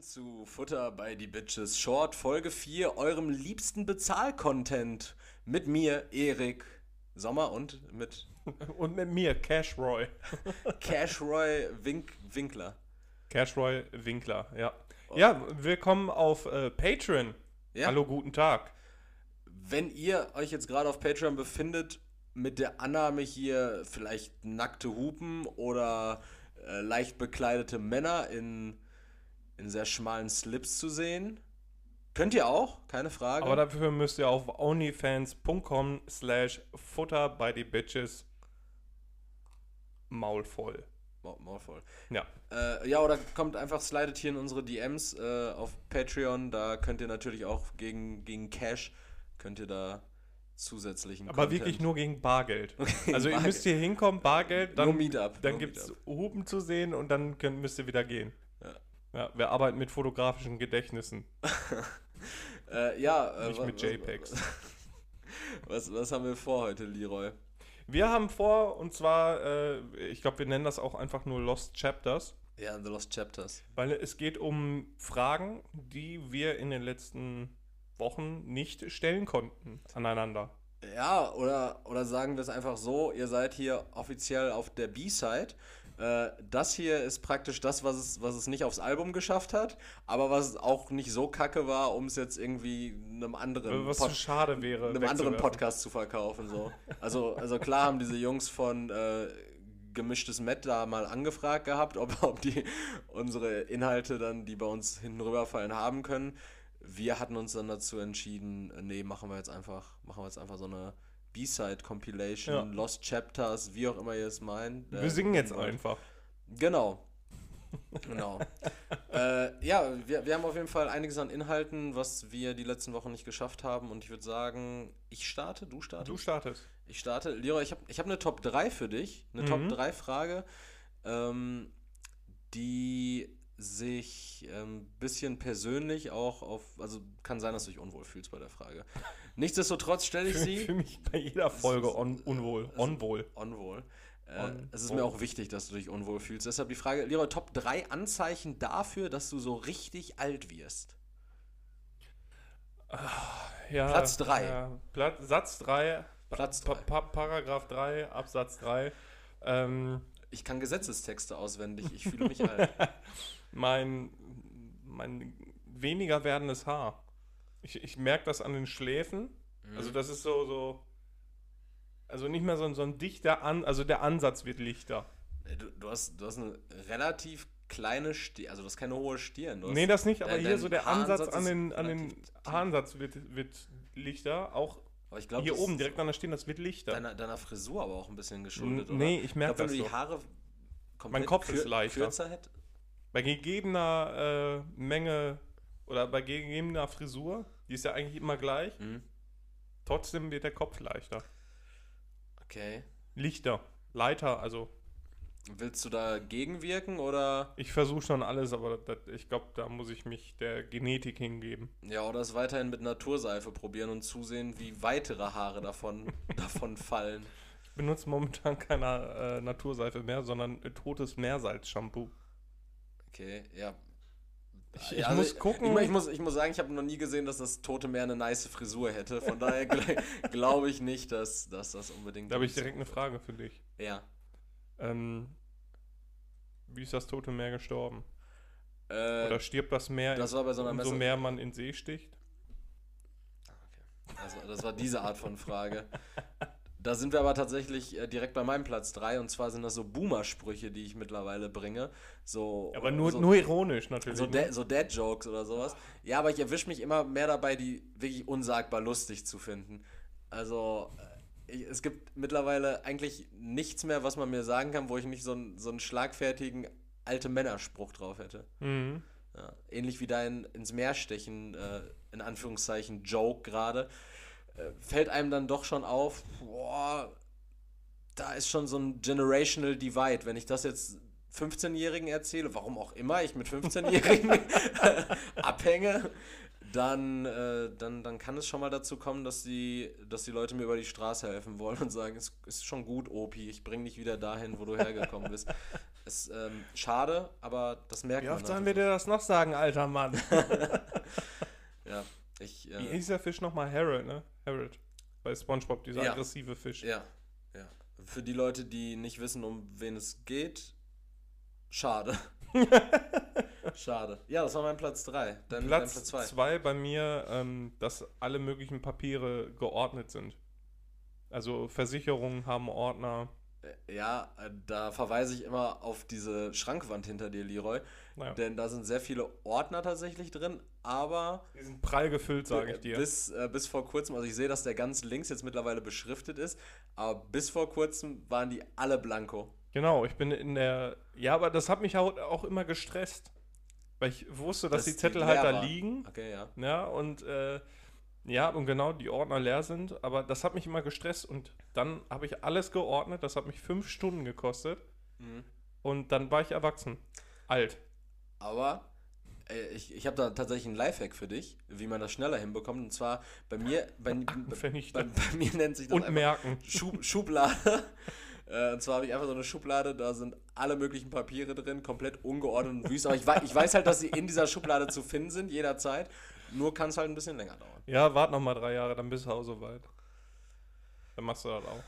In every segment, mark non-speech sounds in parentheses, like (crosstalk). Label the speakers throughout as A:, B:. A: zu Futter bei die Bitches Short Folge 4, eurem liebsten Bezahl-Content. Mit mir, Erik Sommer und mit
B: Und mit mir, Cash Roy.
A: Cashroy Wink Winkler.
B: Cash Roy Winkler, ja. Ja, willkommen auf äh, Patreon.
A: Oh. Ja.
B: Hallo, guten Tag.
A: Wenn ihr euch jetzt gerade auf Patreon befindet, mit der Annahme hier vielleicht nackte Hupen oder äh, leicht bekleidete Männer in, in sehr schmalen Slips zu sehen, könnt ihr auch, keine Frage.
B: Aber dafür müsst ihr auf onlyfans.com slash futter by the bitches Maul voll.
A: Mau- Maulvoll.
B: Ja.
A: Äh, ja, oder kommt einfach, slidet hier in unsere DMs äh, auf Patreon. Da könnt ihr natürlich auch gegen, gegen Cash, könnt ihr da zusätzlichen
B: Aber wirklich nur
A: (laughs)
B: gegen Bargeld. also ihr
A: Bargeld.
B: müsst hier hinkommen, Bargeld, dann,
A: Nur Meetup,
B: dann
A: nur
B: gibt es
A: Meetup.
B: Hupen zu sehen und dann könnt, müsst ihr wieder gehen.
A: Ja.
B: Ja, wir arbeiten mit fotografischen Gedächtnissen,
A: Äh, ja, äh,
B: nicht
A: wa-
B: mit
A: wa-
B: JPEGs.
A: (laughs) Was, was haben wir vor heute, Leroy?
B: Wir haben vor, und zwar, äh, ich glaube, wir nennen das auch einfach nur Lost Chapters,
A: Ja, The Lost Chapters.
B: weil es geht um Fragen, die wir in den letzten Wochen nicht stellen konnten aneinander.
A: Ja, oder, oder sagen wir es einfach so, ihr seid hier offiziell auf der B-Side. Äh, das hier ist praktisch das, was es, was es nicht aufs Album geschafft hat, aber was auch nicht so kacke war, um es jetzt irgendwie einem anderen,
B: Äh, Was
A: Pod-
B: zu schade wäre.
A: einem anderen
B: wegzuwerfen.
A: Podcast zu verkaufen. So. Also, also klar haben diese Jungs von äh, Gemischtes Met da mal angefragt gehabt, ob, ob die unsere Inhalte dann, die bei uns hinten rüberfallen, haben können. Wir hatten uns dann dazu entschieden, äh, nee, machen wir jetzt einfach, machen wir jetzt einfach so eine B-Side-Compilation,
B: Ja.
A: Lost Chapters, wie auch immer ihr es meint. äh,
B: Wir singen jetzt
A: wollt.
B: einfach.
A: Genau. Genau. äh, ja, wir, wir haben auf jeden Fall einiges an Inhalten, was wir die letzten Wochen nicht geschafft haben. Und ich würde sagen, ich starte, du startest.
B: Du startest.
A: ich starte. Leroy, ich habe ich hab eine Top 3 für dich. Eine
B: Mhm.
A: Top 3 Frage, ähm, die sich ein ähm, bisschen persönlich auch auf. Also kann sein, dass du dich unwohl fühlst bei der Frage. Nichtsdestotrotz stelle ich
B: Ich
A: sie.
B: fühle mich bei jeder Folge on, unwohl.
A: ist-
B: Unwohl.
A: Unwohl. Äh,
B: Unwohl.
A: es ist mir auch wichtig, dass du dich unwohl fühlst. Deshalb die Frage, Leroy, Top 3 Anzeichen dafür, dass du so richtig alt wirst.
B: Ja,
A: Platz drei.
B: Ja, Pla- Satz 3.
A: Platz
B: pa
A: drei.
B: pa Paragraph 3, Absatz 3. Ähm,
A: Ich kann Gesetzestexte auswendig, ich fühle mich
B: (laughs)
A: alt.
B: mein, mein weniger werdendes Haar. Ich, ich merke das an den Schläfen.
A: Mhm.
B: Also das ist so, so. Also nicht mehr so, ein- so ein dichter An, also der Ansatz wird lichter.
A: Äh, Du, du, hast, du hast eine relativ kleine Stirn, also du hast keine hohe Stirn. Du hast,
B: Nee, das nicht, aber
A: dein-
B: hier
A: Äh, dein
B: so der Ansatz
A: Haaransatz
B: an
A: ist
B: den, an den
A: relativ tief.
B: Haaransatz wird, wird lichter. Auch
A: aber ich glaub,
B: hier
A: das
B: oben
A: ist
B: direkt an der Stirn, das wird lichter.
A: Deiner, deiner Frisur aber auch ein bisschen geschuldet,
B: N-
A: oder?
B: nee, ich merk
A: glaub, wenn
B: das
A: du die
B: so.
A: Haare komplett
B: Kopf ist
A: kür-
B: leichter.
A: Kürzer hätt,
B: Bei gegebener äh, Menge oder bei gegebener Frisur, die ist ja eigentlich immer gleich,
A: Mhm.
B: trotzdem wird der Kopf leichter.
A: Okay.
B: Lichter. Leiter, also
A: Willst du dagegen wirken oder?
B: Ich versuche schon alles, aber das, ich glaube, da muss ich mich der Genetik hingeben.
A: Ja, oder es weiterhin mit Naturseife probieren und zusehen, wie weitere Haare davon, (laughs) davon fallen.
B: Ich benutze momentan keine äh, Naturseife mehr, sondern äh, totes Meersalz-Shampoo.
A: Okay, ja.
B: Ich,
A: Ja,
B: ich
A: also
B: muss gucken.
A: Ich, mein, ich, muss, ich muss sagen, ich habe noch nie gesehen, dass das Tote Meer eine nice Frisur hätte. Von daher
B: (laughs)
A: glaube ich nicht, dass, dass das unbedingt.
B: da habe ich direkt eine Frage für dich.
A: Ja.
B: Ähm, wie ist das tote Meer gestorben?
A: Äh,
B: Oder stirbt das Meer,
A: das war bei so einer
B: umso
A: Messe.
B: mehr man in See sticht?
A: Das, war- das war diese Art von Frage. Da sind wir aber tatsächlich äh, direkt bei meinem Platz 3 und zwar sind das so Boomer-Sprüche, die ich mittlerweile bringe. So,
B: Aber nur,
A: so,
B: nur ironisch natürlich.
A: So,
B: ne?
A: Dad- so Dad-Jokes oder sowas. Ja, aber ich erwische mich immer mehr dabei, die wirklich unsagbar lustig zu finden. Also, äh, ich, es gibt mittlerweile eigentlich nichts mehr, was man mir sagen kann, wo ich nicht so, einen- so einen schlagfertigen alte Männerspruch drauf hätte.
B: mhm.
A: Ja. Äh, Ähnlich wie dein ins Meer stechen, äh, in Anführungszeichen, Joke gerade. Äh, fällt einem dann doch schon auf, boah, da ist schon so ein Generational Divide. Wenn ich das jetzt 15-Jährigen erzähle, warum auch immer ich mit 15-Jährigen (laughs) abhänge, dann, äh, dann, dann kann es schon mal dazu kommen, dass die, dass die Leute mir über die Straße helfen wollen und sagen, es ist schon gut, Opi, ich bring dich wieder dahin, wo du hergekommen bist. Ist ähm, schade, aber das merkt
B: Wie
A: man.
B: oft
A: halt
B: sollen wir dir das noch sagen, alter Mann?
A: so. Ja, ich.
B: Wie
A: Äh,
B: hieß der Fisch nochmal? Harold, ne? Harold. Bei Spongebob, dieser
A: Ja.
B: aggressive Fisch.
A: ja, ja. Für die Leute, die nicht wissen, um wen es geht,
B: (laughs)
A: schade. schade. Ja, das war mein Platz 3. Dein
B: Platz
A: dein
B: 2
A: Platz 2.
B: bei mir, ähm, dass alle möglichen Papiere geordnet sind. Also Versicherungen haben Ordner.
A: Ja, äh, da verweise ich immer auf diese Schrankwand hinter dir, Leroy.
B: Naja,
A: Denn da sind sehr viele Ordner tatsächlich drin, aber
B: die sind prall gefüllt, sage ich dir.
A: Bis, äh, bis vor kurzem, also ich sehe, dass der ganz links jetzt mittlerweile beschriftet ist, aber bis vor kurzem waren die alle blanko.
B: Genau, ich bin in der. Ja, aber das hat mich auch, auch immer gestresst. Weil ich wusste, dass
A: Dass
B: die
A: die
B: Zettel halt
A: leer
B: da
A: waren.
B: liegen.
A: Okay, ja.
B: Ja, und äh, ja, und genau, die Ordner leer sind. Aber das hat mich immer gestresst. Und dann habe ich alles geordnet. Das hat mich fünf Stunden gekostet.
A: Mhm.
B: Und dann war ich erwachsen. Alt.
A: Aber äh, ich, ich habe da tatsächlich einen Lifehack für dich, wie man das schneller hinbekommt. Und zwar bei mir, bei, bei, bei,
B: Vernichter.
A: bei mir nennt sich das
B: Und
A: einfach
B: merken.
A: Schub, Schublade. (laughs) Äh, Und zwar habe ich einfach so eine Schublade, da sind alle möglichen Papiere drin, komplett ungeordnet und wüst. Aber ich, wei- ich weiß halt, dass sie in dieser Schublade zu finden sind, jederzeit. Nur kann es halt ein bisschen länger dauern.
B: Ja, wart noch mal drei Jahre, dann bist du auch so weit. Dann machst du das auch.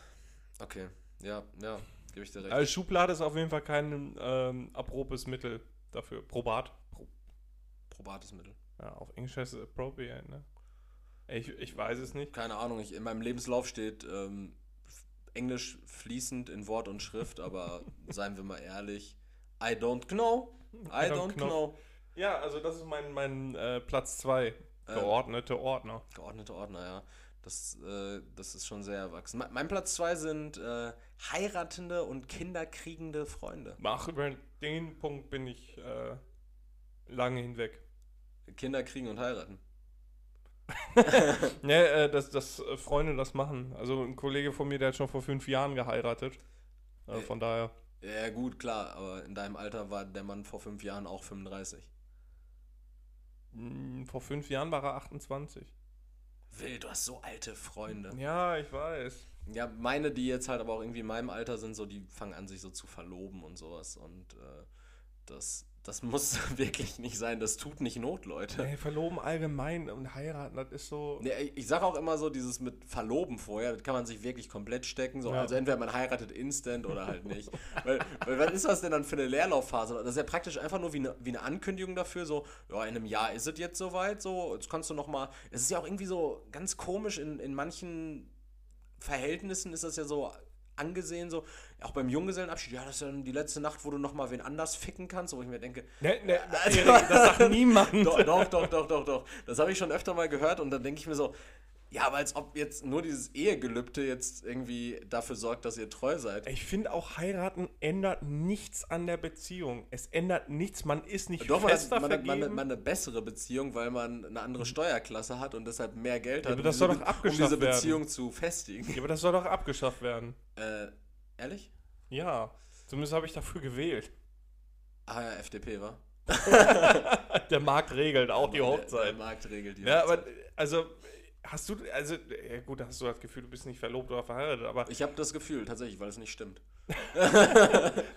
A: Okay, ja, ja, gebe ich dir recht.
B: Also Schublade ist auf jeden Fall kein ähm, erprobtes Mittel dafür. Probat. Pro
A: Probates Mittel.
B: ja, auf Englisch heißt es appropriate, ne? Ey, Ich, ich weiß es nicht.
A: Keine Ahnung, ich, in meinem Lebenslauf steht ähm, f- Englisch fließend in Wort und Schrift, (laughs) aber seien wir mal ehrlich, I don't know. I don't know.
B: Ja, also das ist mein, mein äh, Platz 2.
A: Ähm.
B: Geordnete Ordner.
A: Geordnete Ordner, ja. Das, äh, das ist schon sehr erwachsen. Me- Mein Platz zwei sind äh, heiratende und kinderkriegende Freunde.
B: Mach über den Punkt bin ich äh, lange hinweg.
A: Kinder kriegen und heiraten.
B: Ne, äh, dass, dass äh, Freunde das machen. Also ein Kollege von mir, der hat schon vor fünf Jahren geheiratet. Äh,
A: Äh.
B: von daher.
A: Ja, gut, klar, aber in deinem Alter war der Mann vor fünf Jahren auch 35.
B: Mm, Vor fünf Jahren war er 28.
A: Will, du hast so alte Freunde.
B: Ja, ich
A: (laughs)
B: weiß.
A: Ja, meine, die jetzt halt aber auch irgendwie in meinem Alter sind, so die fangen an, sich so zu verloben und sowas. Und äh, das, das muss (laughs) wirklich nicht sein. Das tut nicht Not, Leute.
B: Nee, verloben allgemein und heiraten, das ist so.
A: Nee, Ne, ich- ich sage auch immer so, dieses mit Verloben vorher, das kann man sich wirklich komplett stecken. So.
B: Ja.
A: Also entweder man heiratet instant oder halt nicht. (laughs) weil, weil was ist das denn dann für eine Leerlaufphase? Das ist ja praktisch einfach nur wie eine, wie eine Ankündigung dafür, so, ja, in einem Jahr ist es jetzt soweit, so, jetzt kannst du nochmal. Es ist ja auch irgendwie so ganz komisch, in, in manchen Verhältnissen ist das ja so angesehen, so, auch beim Junggesellenabschied, ja, das ist dann die letzte Nacht, wo du nochmal wen anders ficken kannst, wo ich mir denke,
B: Nee,
A: (laughs)
B: nee, nee, Ne, Erik, das sagt niemand.
A: Also doch, doch, doch, doch, doch, doch. Das habe ich schon öfter mal gehört und dann denke ich mir so, ja, aber als ob jetzt nur dieses Ehegelübde jetzt irgendwie dafür sorgt, dass ihr treu seid.
B: Ich finde auch, heiraten ändert nichts an der Beziehung. Es ändert nichts, man ist nicht
A: Doch, man hat,
B: fester
A: man, hat, man, hat,
B: vergeben. Mhm.
A: man eine bessere Beziehung, weil man eine andere Steuerklasse hat und deshalb mehr Geld
B: Ja,
A: hat,
B: aber das soll doch
A: um
B: abgeschafft
A: diese
B: werden.
A: Beziehung zu festigen.
B: ja, aber das soll doch abgeschafft werden.
A: Äh, ehrlich?
B: Ja, zumindest habe ich dafür gewählt. (laughs)
A: Ah ja, FDP, war.
B: Der Markt regelt auch die
A: Der, der
B: Hochzeit.
A: Markt regelt die
B: Ja,
A: Hochzeit.
B: aber also hast du, also ja, gut, hast du das Gefühl, du bist nicht verlobt oder verheiratet, aber
A: Ich habe das Gefühl, tatsächlich, weil es nicht stimmt.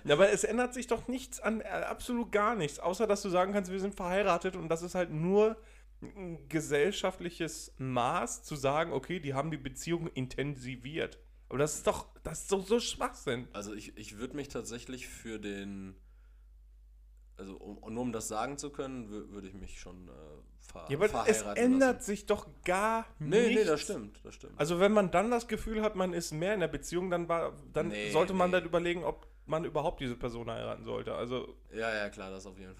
B: Ja, aber es ändert sich doch nichts an, äh, absolut gar nichts, außer dass du sagen kannst, wir sind verheiratet und das ist halt nur ein gesellschaftliches Maß zu sagen, okay, die haben die Beziehung intensiviert. Aber das ist doch, das ist doch so Schwachsinn.
A: Also ich, ich würde mich tatsächlich für den, also um, nur um das sagen zu können, wü- würde ich mich schon äh, ver
B: Ja, aber es
A: verheiraten
B: ändert
A: lassen.
B: sich doch gar
A: Nee,
B: nichts.
A: nee, das stimmt, das stimmt.
B: Also wenn man dann das Gefühl hat, man ist mehr in der Beziehung, dann, war, dann
A: Nee,
B: sollte man
A: nee.
B: dann überlegen, ob man überhaupt diese Person heiraten sollte. Also
A: ja, ja, klar, das auf jeden Fall. Das auf jeden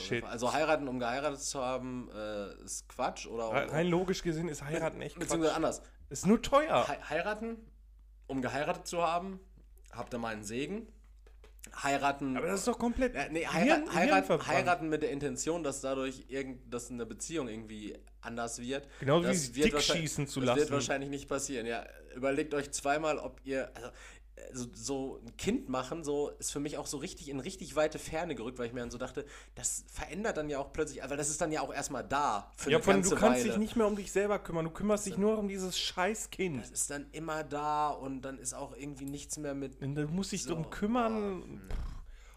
B: Bullshit.
A: Fall. Also heiraten, um geheiratet zu haben, äh, ist Quatsch oder um,
B: Rein logisch gesehen ist heiraten echt
A: beziehungsweise
B: Quatsch. Ah.
A: anders.
B: Ist nur teuer.
A: He heiraten, um geheiratet zu haben, habt ihr meinen Segen. Heiraten.
B: Aber das ist doch komplett.
A: Ja, nee, heira heiraten,
B: Hirn- Hirnverbrannt.
A: heiraten mit der Intention, dass dadurch irgend, dass eine Beziehung irgendwie anders wird.
B: Genauso Genau wie
A: das
B: sich
A: wird
B: dick
A: wahrscheinlich-
B: schießen zu
A: das wird
B: lassen.
A: wahrscheinlich nicht passieren. Ja, überlegt euch zweimal, ob ihr also, äh, so, so ein Kind machen, so ist für mich auch so richtig in richtig weite Ferne gerückt, weil ich mir dann so dachte, das verändert dann ja auch plötzlich, aber das ist dann ja auch erstmal da für
B: Ja,
A: eine
B: vor allem,
A: ganze
B: du kannst
A: Weile.
B: dich nicht mehr um dich selber kümmern. Du kümmerst dich nur noch um dieses scheiß
A: Das
B: Kind.
A: ist dann immer da und dann ist auch irgendwie nichts mehr mit
B: Und Du musst dich
A: So, Oh,
B: darum kümmern. Pff.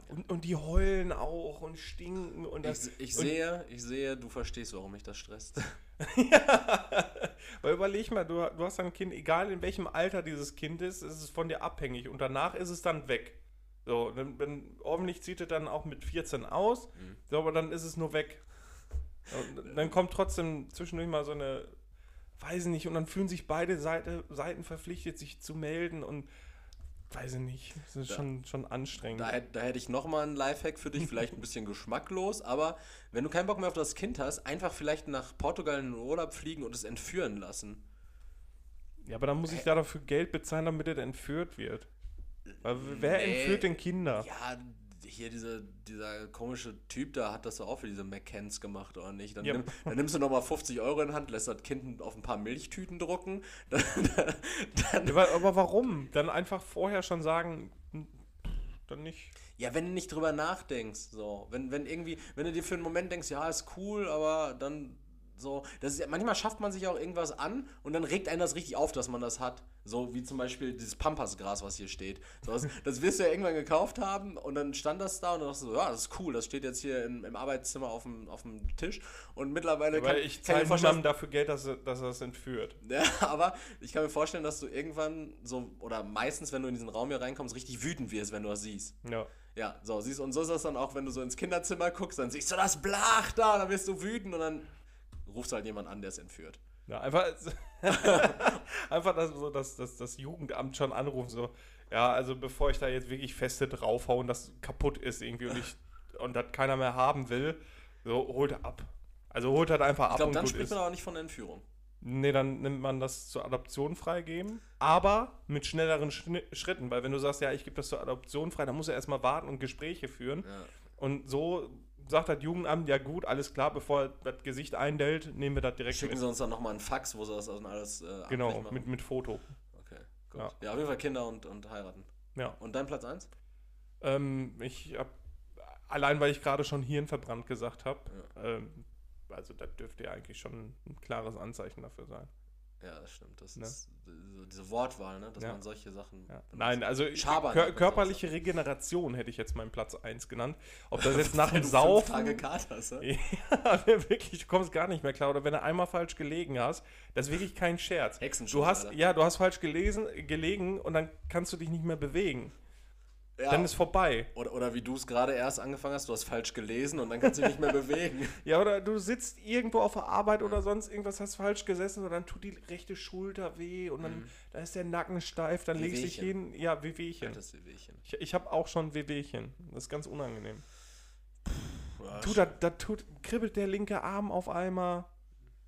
B: Und, und die heulen auch und stinken und das.
A: Ich, ich
B: und,
A: sehe, ich sehe, du verstehst, warum mich das stresst.
B: ja. Weil überleg mal, du, du hast ein Kind, egal in welchem Alter dieses Kind ist, ist es von dir abhängig und danach ist es dann weg. So, dann, dann ordentlich zieht er dann auch mit 14 aus,
A: Mhm.
B: so, aber dann ist es nur weg. Und dann kommt trotzdem zwischendurch mal so eine, weiß ich nicht, und dann fühlen sich beide Seite, Seiten verpflichtet, sich zu melden und weiß ich nicht, das ist
A: Da-
B: schon, schon anstrengend.
A: Da, hätt- da hätte ich nochmal einen Lifehack für dich, vielleicht ein bisschen geschmacklos, aber wenn du keinen Bock mehr auf das Kind hast, einfach vielleicht nach Portugal in den Urlaub fliegen und es entführen lassen.
B: ja, aber dann muss ich da dafür Geld bezahlen, damit er entführt wird. Weil wer
A: Nee.
B: entführt denn Kinder?
A: Ja, hier diese, dieser komische Typ da hat das doch auch für diese McCanns gemacht, oder nicht? Dann,
B: Ja.
A: nimm, dann nimmst du nochmal 50 Euro in Hand, lässt das Kind auf ein paar Milchtüten drucken. (laughs) Dann, dann, dann,
B: Ja, wa- aber warum? Dann einfach vorher schon sagen, hm, dann nicht.
A: ja, wenn du nicht drüber nachdenkst, so. Wenn, wenn irgendwie, wenn du dir für einen Moment denkst, ja, ist cool, aber dann so. Das ist, ja- manchmal schafft man sich auch irgendwas an und dann regt einen das richtig auf, dass man das hat. So wie zum Beispiel dieses Pampasgras, was hier steht. So,
B: (laughs)
A: das, das wirst du ja irgendwann gekauft haben und dann stand das da und dann dachtest du, so, ja, das ist cool, das steht jetzt hier im, im Arbeitszimmer auf dem, auf dem Tisch und mittlerweile
B: Weil ich zahle niemandem dafür Geld, dass er, dass er es entführt.
A: (laughs) Ja, aber ich kann mir vorstellen, dass du irgendwann so, oder meistens, wenn du in diesen Raum hier reinkommst, richtig wütend wirst, wenn du das siehst.
B: Ja.
A: Ja, so, siehst und so ist das dann auch, wenn du so ins Kinderzimmer guckst, dann siehst du das Blach da, dann wirst du wütend und dann rufst du halt jemand an, der es entführt.
B: ja einfach
A: (laughs)
B: einfach das, so, dass, dass das Jugendamt schon anrufen, so, ja, also bevor ich da jetzt wirklich feste draufhauen, das kaputt ist irgendwie und ich und das keiner mehr haben will, so holt er ab. Also holt halt einfach ab
A: Ich glaube,
B: und
A: dann
B: gut
A: spricht
B: ist.
A: man auch nicht von Entführung.
B: Nee, dann nimmt man das zur Adoption freigeben, aber mit schnelleren Schni- Schritten, weil wenn du sagst, ja, ich gebe das zur Adoption frei, dann muss er erstmal warten und Gespräche führen.
A: Ja.
B: Und so sagt das Jugendamt, ja gut, alles klar, bevor er das Gesicht eindellt, nehmen wir das direkt
A: Schicken
B: mit.
A: sie uns dann nochmal einen Fax, wo sie das dann alles äh, abgleich
B: Genau,
A: machen.
B: mit, mit Foto.
A: Okay, gut. Ja.
B: Ja.
A: auf jeden Fall Kinder und, und heiraten.
B: Ja.
A: Und dein Platz 1?
B: Ähm, ich hab, allein weil ich gerade schon Hirn verbrannt gesagt habe, ähm, also das dürfte ja eigentlich schon ein klares Anzeichen dafür sein.
A: Ja, das stimmt. Das
B: Ne?
A: ist so diese Wortwahl, ne? dass
B: Ja.
A: man solche Sachen.
B: Ja.
A: benutzt. (laughs)
B: Nein, also ich-
A: Schabern,
B: kör
A: was
B: körperliche Regeneration hätte ich jetzt meinen Platz 1 genannt. Ob
A: (laughs)
B: das jetzt nach
A: Weil
B: dem
A: du fünf Tage
B: (laughs) Saufen.
A: Kater hast, ne?
B: Ja, wirklich, du kommst gar nicht mehr klar. Oder wenn du einmal falsch gelegen hast, das ist wirklich kein Scherz.
A: Hexenschuss,
B: Du hast,
A: Alter.
B: ja, du hast falsch gelesen, gelegen und dann kannst du dich nicht mehr bewegen.
A: Ja.
B: Dann ist vorbei.
A: oder, oder wie du es gerade erst angefangen hast, du hast falsch gelesen und dann kannst du dich nicht mehr
B: (laughs)
A: bewegen.
B: Ja, oder du sitzt irgendwo auf der Arbeit oder sonst irgendwas, hast falsch gesessen und dann tut die rechte Schulter weh und
A: Mhm.
B: dann da ist der Nacken steif, dann legst du dich
A: Wehwehchen.
B: hin. Ja, Wehwehchen.
A: Das Wehwehchen.
B: Ich, ich habe auch schon Wehwehchen. Das ist ganz unangenehm.
A: Ja,
B: Tut, da, da tut, kribbelt der linke Arm auf einmal,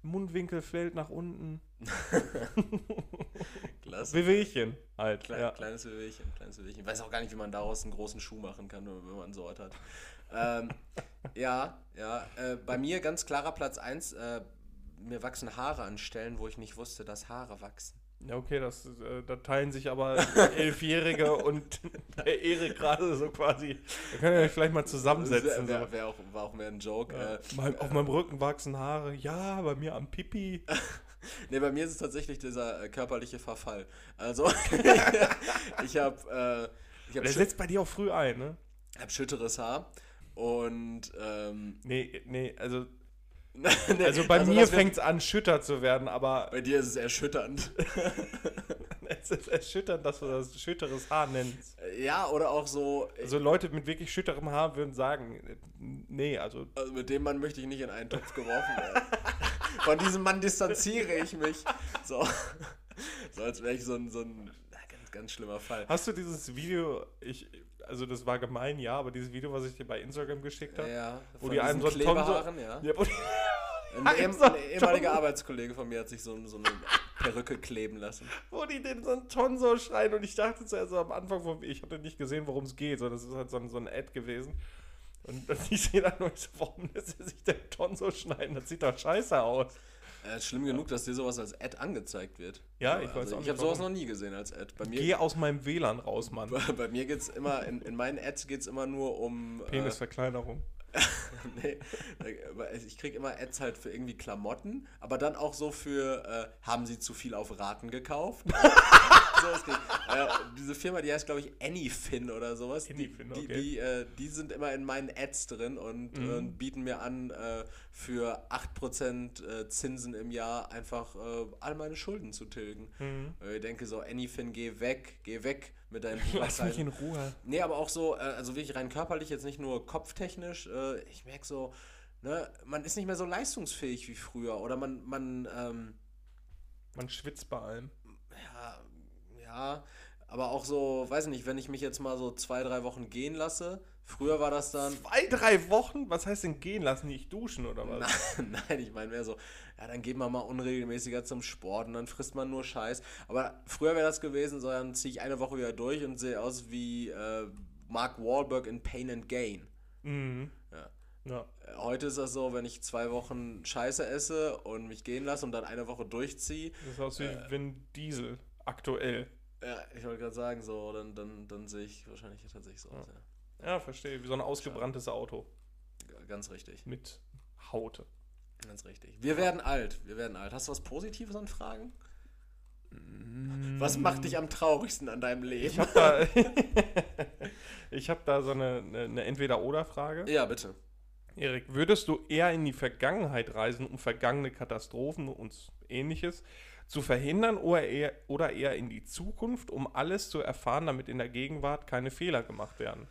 B: Mundwinkel fällt nach unten.
A: Klasse.
B: Wehwehchen halt.
A: Klein,
B: ja.
A: Kleines Bewegchen, kleines Bewegchen. Ich weiß auch gar nicht, wie man daraus einen großen Schuh machen kann, wenn man so was hat.
B: (laughs)
A: ähm, ja, ja. Äh, bei mir ganz klarer Platz 1. Äh, mir wachsen Haare an Stellen, wo ich nicht wusste, dass Haare wachsen.
B: ja, okay, das, äh, da teilen sich aber (laughs) Elfjährige (laughs) und der Erik gerade so quasi. Da können wir euch vielleicht mal zusammensetzen.
A: Wär,
B: so.
A: wär, wär auch, war auch mehr ein Joke.
B: Ja.
A: Äh,
B: Mein, auf meinem Rücken wachsen Haare. Ja, bei mir am Pipi.
A: Nee, bei mir ist es tatsächlich dieser äh, körperliche Verfall.
B: (laughs)
A: Also, (laughs) ich habe äh, ich hab,
B: Der
A: schü
B: setzt bei dir auch früh ein, ne?
A: hab schütteres Haar und ähm, (laughs)
B: Nee, nee, also,
A: nee,
B: also bei mir
A: das wird-
B: fängt es an, schütter zu werden, aber
A: Bei dir ist es erschütternd.
B: es ist erschütternd, dass du das schütteres Haar nennst.
A: (laughs) ja, oder auch so,
B: Also Leute mit wirklich schütterem Haar würden sagen, nee, also
A: also mit dem Mann möchte ich nicht in einen Topf geworfen werden. Von diesem Mann distanziere ich mich. So, so als wäre ich so ein, so ein na, ganz, ganz schlimmer Fall.
B: hast du dieses Video, ich, also das war gemein, ja, aber dieses Video, was ich dir bei Instagram geschickt habe,
A: Ja,
B: wo
A: von
B: die einem so
A: diesen
B: einen Tom so,
A: Klebehaaren, ja.
B: ja, wo die,
A: Ein, ehem-
B: so
A: ein ehemaliger
B: Tom.
A: Arbeitskollege von mir hat sich so, so eine Perücke kleben lassen.
B: wo die den so einen Ton so schreien und ich dachte zuerst so am Anfang, vom- ich hatte nicht gesehen, worum es geht, sondern das ist halt so ein, so ein Ad gewesen. Und dann ich sehe dann nur so, warum lässt er sich den Ton so schneiden? Das sieht doch scheiße aus.
A: Äh, schlimm genug, dass dir sowas als Ad angezeigt wird. also
B: Ja, ich weiß auch
A: Ich
B: nicht,
A: habe sowas noch
B: warum.
A: nie gesehen als Ad. Bei
B: Geh
A: mir,
B: aus meinem WLAN raus, Mann.
A: bei, (laughs) bei mir geht's immer, in, in meinen Ads geht's immer nur um. Äh,
B: Penisverkleinerung.
A: (laughs) nee, aber ich krieg immer Ads halt für irgendwie Klamotten, aber dann auch so für, äh, haben sie zu viel auf Raten gekauft? (laughs) so es geht. Äh, diese Firma, die heißt, glaube ich, Anyfin oder sowas.
B: Anyfin,
A: die,
B: okay.
A: die, die, äh, die sind immer in meinen Ads drin und
B: Mhm.
A: äh, bieten mir an, äh, für 8% äh, Zinsen im Jahr einfach äh, all meine Schulden zu tilgen.
B: Mhm.
A: Äh, Ich denke so, Anyfin, geh weg, geh weg mit deinen
B: (laughs) Lass mich
A: Buchhaltungen.
B: in Ruhe.
A: Nee, aber auch so, äh, also wirklich rein körperlich, jetzt nicht nur kopftechnisch. Äh, ich merke so, ne, man ist nicht mehr so leistungsfähig wie früher oder man, man, ähm,
B: Man schwitzt bei allem.
A: ja, ja, aber auch so, weiß ich nicht, wenn ich mich jetzt mal so zwei, drei Wochen gehen lasse, früher war das dann, (laughs)
B: Zwei, drei Wochen? Was heißt denn gehen lassen? Nicht duschen oder was?
A: nein, ich meine mehr so, ja, dann geht man mal unregelmäßiger zum Sport und dann frisst man nur Scheiß. Aber früher wäre das gewesen, so dann ziehe ich eine Woche wieder durch und sehe aus wie äh, Mark Wahlberg in Pain and Gain.
B: Mhm.
A: Ja.
B: Ja.
A: Heute ist das so, wenn ich zwei Wochen Scheiße esse und mich gehen lasse und dann eine Woche durchziehe,
B: Das ist aus wie Vin Diesel. Aktuell.
A: ja, ich wollte gerade sagen, so, dann, dann, dann sehe ich wahrscheinlich tatsächlich so aus, ja.
B: Ja, verstehe. Wie so ein ausgebranntes Auto.
A: Ganz richtig.
B: Mit Haut.
A: Ganz richtig. Wir werden alt. Wir werden alt. Hast du was Positives an Fragen? Was macht dich am traurigsten an deinem Leben?
B: Ich habe da, (laughs) ich hab da so eine, eine, eine Entweder-Oder-Frage.
A: ja, bitte.
B: Erik, würdest du eher in die Vergangenheit reisen, um vergangene Katastrophen und ähnliches zu verhindern oder eher, oder eher in die Zukunft, um alles zu erfahren, damit in der Gegenwart keine Fehler gemacht werden?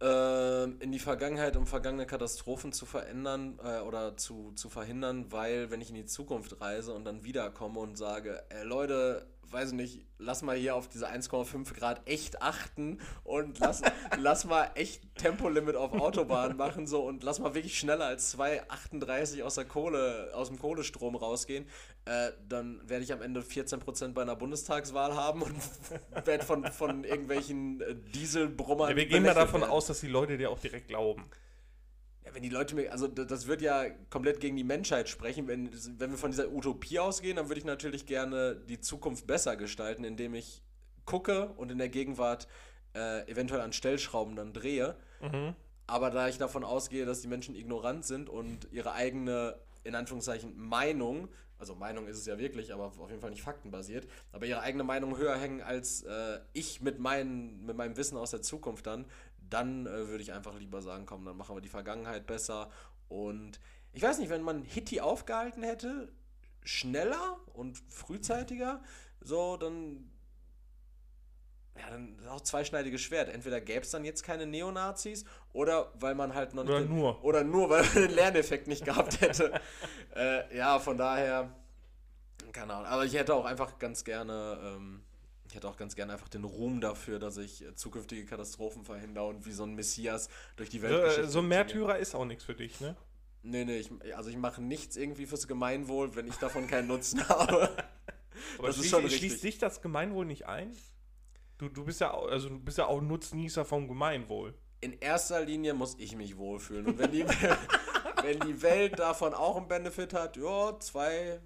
A: Ähm, in die Vergangenheit, um vergangene Katastrophen zu verändern äh, oder zu, zu verhindern, weil wenn ich in die Zukunft reise und dann wiederkomme und sage, äh, Leute, weiß nicht, lass mal hier auf diese 1,5 Grad echt achten und
B: (laughs)
A: lass, lass mal echt Tempolimit auf Autobahnen machen so und lass mal wirklich schneller als 2,38 aus der Kohle, aus dem Kohlestrom rausgehen, äh, dann werde ich am Ende 14% bei einer Bundestagswahl haben
B: (laughs)
A: und werde von, von irgendwelchen äh, Dieselbrummern
B: Ja, wir gehen mal
A: belächelt
B: davon
A: werden.
B: aus, dass die Leute dir auch direkt glauben.
A: Ja, wenn die Leute mir, also d- das wird ja komplett gegen die Menschheit sprechen. Wenn, wenn wir von dieser Utopie ausgehen, dann würde ich natürlich gerne die Zukunft besser gestalten, indem ich gucke und in der Gegenwart äh, eventuell an Stellschrauben dann drehe. Aber da ich davon ausgehe, dass die Menschen ignorant sind und ihre eigene, in Anführungszeichen, Meinung, also Meinung ist es ja wirklich, aber auf jeden Fall nicht faktenbasiert, aber ihre eigene Meinung höher hängen als äh, ich mit, meinen, mit meinem Wissen aus der Zukunft dann, dann äh, würde ich einfach lieber sagen, komm, dann machen wir die Vergangenheit besser. Und ich weiß nicht, wenn man Hitti aufgehalten hätte, schneller und frühzeitiger, so, dann ja, dann ist auch zweischneidiges Schwert. Entweder gäbe es dann jetzt keine Neonazis oder weil man halt noch
B: Oder
A: nicht. den-
B: nur.
A: Oder nur, weil man den Lerneffekt nicht gehabt
B: (laughs)
A: hätte. äh, ja, von daher. Keine Ahnung. Aber ich hätte auch einfach ganz gerne. Ähm, ich hätte auch ganz gerne einfach den Ruhm dafür, dass ich äh, zukünftige Katastrophen verhindere und wie so ein Messias durch die Welt
B: Äh, So, so ein Märtyrer ist auch nichts für dich, ne?
A: Nee, nee, ich, also ich mache nichts irgendwie fürs Gemeinwohl, wenn ich davon keinen Nutzen (laughs) habe.
B: Aber
A: Das ist
B: schließt-
A: schon richtig.
B: Schließt dich das Gemeinwohl nicht ein? Du, du bist ja auch, also du bist ja auch Nutznießer vom Gemeinwohl.
A: in erster Linie muss ich mich wohlfühlen. Und wenn die,
B: (laughs)
A: wenn die Welt davon auch einen Benefit hat, ja, zwei,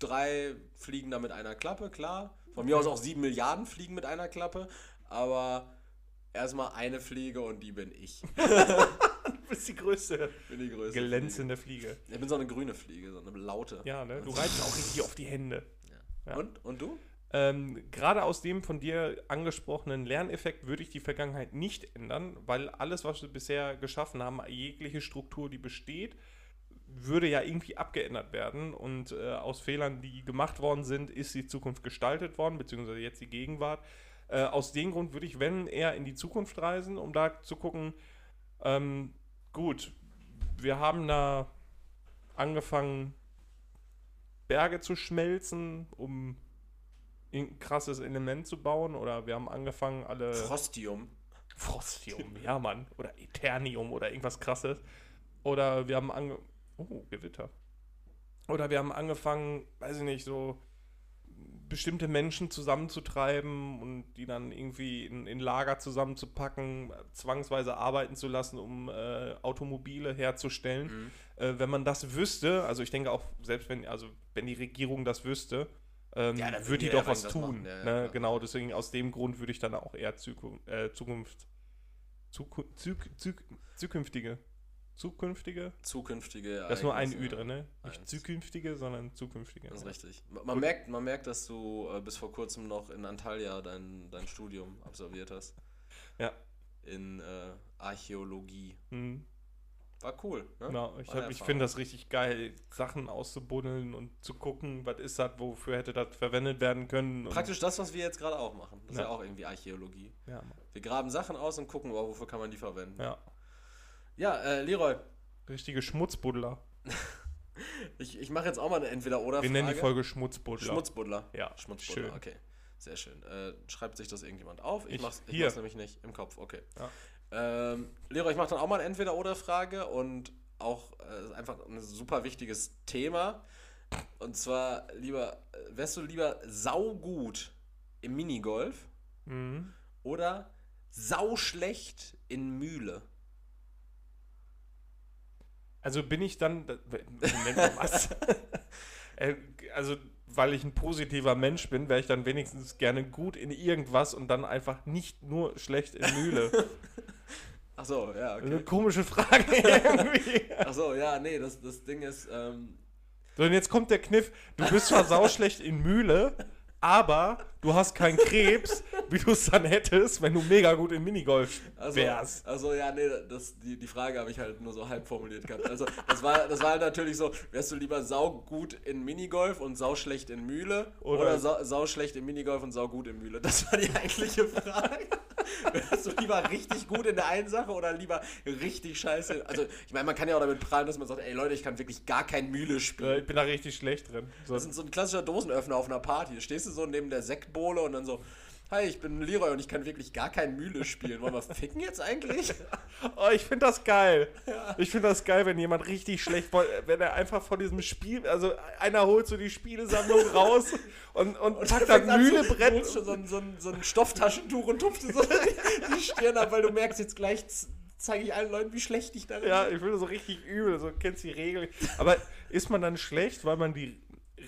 A: drei Fliegen da mit einer Klappe, klar. Von mir aus auch sieben Milliarden Fliegen mit einer Klappe. Aber erstmal eine Fliege und die bin ich.
B: Du bist die größte
A: Bin die größte. Fliege.
B: glänzende Fliege.
A: Ich bin so eine grüne Fliege, so eine laute.
B: Ja, ne? Du reizt auch richtig auf die Hände. ja.
A: Und, und du?
B: Ähm, gerade aus dem von dir angesprochenen Lerneffekt würde ich die Vergangenheit nicht ändern, weil alles, was wir bisher geschaffen haben, jegliche Struktur, die besteht, würde ja irgendwie abgeändert werden. Und äh, aus Fehlern, die gemacht worden sind, ist die Zukunft gestaltet worden, beziehungsweise jetzt die Gegenwart. Äh, aus dem Grund würde ich, wenn eher in die Zukunft reisen, um da zu gucken, ähm, gut, wir haben da angefangen, Berge zu schmelzen, um irgendein krasses Element zu bauen oder wir haben angefangen, alle
A: Frostium.
B: (laughs) Frostium, ja Mann, oder Eternium oder irgendwas krasses. Oder wir haben ange... Oh, Gewitter. Oder wir haben angefangen, weiß ich nicht, so bestimmte Menschen zusammenzutreiben und die dann irgendwie in, in Lager zusammenzupacken, zwangsweise arbeiten zu lassen, um äh, Automobile herzustellen
A: Mhm.
B: äh, wenn man das wüsste, also ich denke auch, selbst wenn, also wenn die Regierung das wüsste, ähm,
A: Ja, dann würden
B: würde die
A: die ja
B: doch was
A: irgendwas
B: tun.
A: machen. Ja, ja,
B: ne?
A: klar.
B: Genau, deswegen aus dem Grund würde ich dann auch eher Zukunft, äh, Zukunft, Zuku- Zük- Zük- zukünftige Zukünftige?
A: Zukünftige
B: Da ist nur ein
A: Ereignisse.
B: Ü drin, ne? Nicht
A: Eins.
B: zukünftige, sondern zukünftige.
A: Ah, Das
B: Ja.
A: ist richtig. Ma- Man merkt, man merkt, dass du äh, bis vor kurzem noch in Antalya dein, dein Studium absolviert hast.
B: Ja.
A: In äh, Archäologie.
B: Hm.
A: War cool, ne?
B: Genau, ich,
A: War eine
B: hab- ich
A: Erfahrung.
B: finde das richtig geil, Sachen auszubuddeln und zu gucken, was ist das, wofür hätte das verwendet werden können. Und,
A: Praktisch das, was wir jetzt gerade auch machen. Das ist ja
B: Ja.
A: auch irgendwie Archäologie.
B: Ja, Mann.
A: Wir graben Sachen aus und gucken, wow, wofür kann man die verwenden.
B: ja.
A: Ja, äh, Leroy,
B: Richtige Schmutzbuddler.
A: ich, ich mache jetzt auch mal eine Entweder-Oder-Frage.
B: Wir nennen die Folge Schmutzbuddler.
A: Schmutzbuddler.
B: Ja,
A: Schmutzbuddler,
B: schön.
A: okay. Sehr schön. Äh, schreibt sich das irgendjemand auf? Ich,
B: Ich-
A: mach's, ich
B: hier.
A: mach's nämlich nicht im Kopf, okay. Ähm, Leroy, ich mache dann auch mal eine Entweder-Oder-Frage und auch äh, ist einfach ein super wichtiges Thema. Und zwar, lieber, äh, wärst du lieber saugut im Minigolf
B: Mhm.
A: oder sauschlecht in Mühle?
B: Also bin ich dann. Moment mal, was?
A: (laughs)
B: (laughs) Äh, also, weil ich ein positiver Mensch bin, wäre ich dann wenigstens gerne gut in irgendwas und dann einfach nicht nur schlecht in Mühle.
A: Achso, ja,
B: Eine
A: okay.
B: komische Frage (laughs) irgendwie.
A: Achso, ja, nee, das, das Ding ist, ähm,
B: So, und jetzt kommt der Kniff. Du bist zwar sauschlecht in Mühle, aber du hast keinen Krebs, wie du es dann hättest, wenn du mega gut in Minigolf
A: Also,
B: wärst.
A: also ja, nee, das, die, die Frage habe ich halt nur so halb formuliert gehabt. Also das war, das war halt natürlich so, wärst du lieber saugut in Minigolf und sauschlecht in Mühle oder,
B: Oder-
A: sau, sauschlecht in Minigolf und saugut in Mühle? Das war die eigentliche Frage. (laughs) wärst du lieber richtig gut in der einen Sache oder lieber richtig scheiße? Also ich meine, man kann ja auch damit prahlen, dass man sagt, ey Leute, ich kann wirklich gar kein Mühle
B: Äh,
A: spielen.
B: Ich bin da richtig schlecht drin. So,
A: Das ist so ein klassischer Dosenöffner auf einer Party. Stehst du so neben der Sektbowle und dann so, hi, ich bin Leroy und ich kann wirklich gar kein Mühle spielen. Wollen wir ficken jetzt eigentlich?
B: Oh, ich finde das geil. Ich finde das geil, wenn jemand richtig schlecht, äh, wenn er einfach von diesem Spiel, also einer holt so die Spielesammlung
A: (laughs)
B: raus und, und, packt
A: dann
B: dann Mühlebrett.
A: schon so ein, so, ein, so ein Stofftaschentuch und tupfst dir so (laughs) die Stirn ab, weil du merkst, jetzt gleich z- zeige ich allen Leuten, wie schlecht ich darin
B: Ja,
A: bin.
B: ich finde so richtig übel, so kennst die Regeln. Aber ist man dann schlecht, weil man die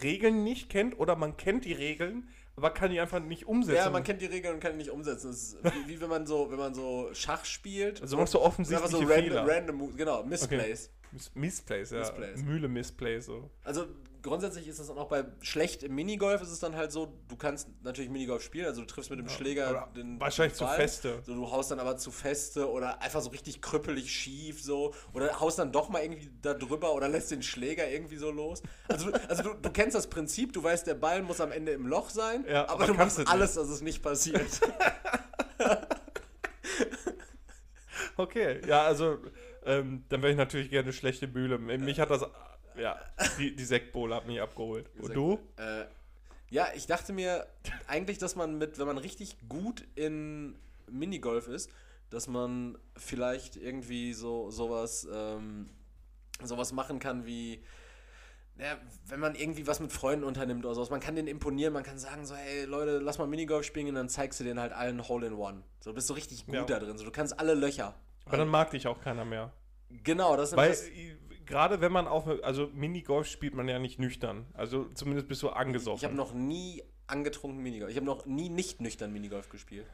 B: Regeln nicht kennt oder man kennt die Regeln, aber kann die einfach nicht umsetzen?
A: Ja, man kennt die Regeln und kann die nicht umsetzen. Das ist wie, wie wenn man so, wenn man so Schach spielt.
B: also machst du
A: Das ist einfach
B: offensichtliche
A: so
B: Fehler.
A: random, random, Moves, genau, Misplays.
B: Mis Misplays, ja.
A: Misplays.
B: Mühle Misplays, so.
A: Also grundsätzlich ist das dann auch bei schlecht im Minigolf ist es dann halt so, du kannst natürlich Minigolf spielen, also du triffst mit dem Schläger
B: Oder
A: den
B: wahrscheinlich zu
A: Ball.
B: feste.
A: So, du haust dann aber zu feste oder einfach so richtig krüppelig schief so oder haust dann doch mal irgendwie da drüber oder lässt den Schläger irgendwie so los. Also, du- also du, du kennst das Prinzip, du weißt, der Ball muss am Ende im Loch sein,
B: Ja,
A: aber,
B: aber
A: du machst
B: kannst es
A: alles, dass es nicht passiert.
B: Okay, ja, also ähm, dann wäre ich natürlich gerne schlechte Mühle. Mich hat das, ja, die, die Sektbowle hat mich abgeholt. Und du?
A: Äh, ja, ich dachte mir eigentlich, dass man mit, wenn man richtig gut in Minigolf ist, dass man vielleicht irgendwie so sowas ähm, sowas machen kann wie ja, wenn man irgendwie was mit Freunden unternimmt oder sowas, man kann den imponieren, man kann sagen so, hey Leute, lass mal Minigolf spielen und dann zeigst du denen halt allen Hole in One. So bist du richtig gut
B: Ja.
A: da drin, so du kannst alle Löcher.
B: Aber dann mag dich auch keiner mehr.
A: Genau, das ist
B: Weil
A: das,
B: äh, gerade wenn man auf, also Minigolf spielt man ja nicht nüchtern. Also zumindest bist du angesoffen.
A: ich habe noch nie angetrunken Minigolf. Ich habe noch nie nicht nüchtern Minigolf gespielt.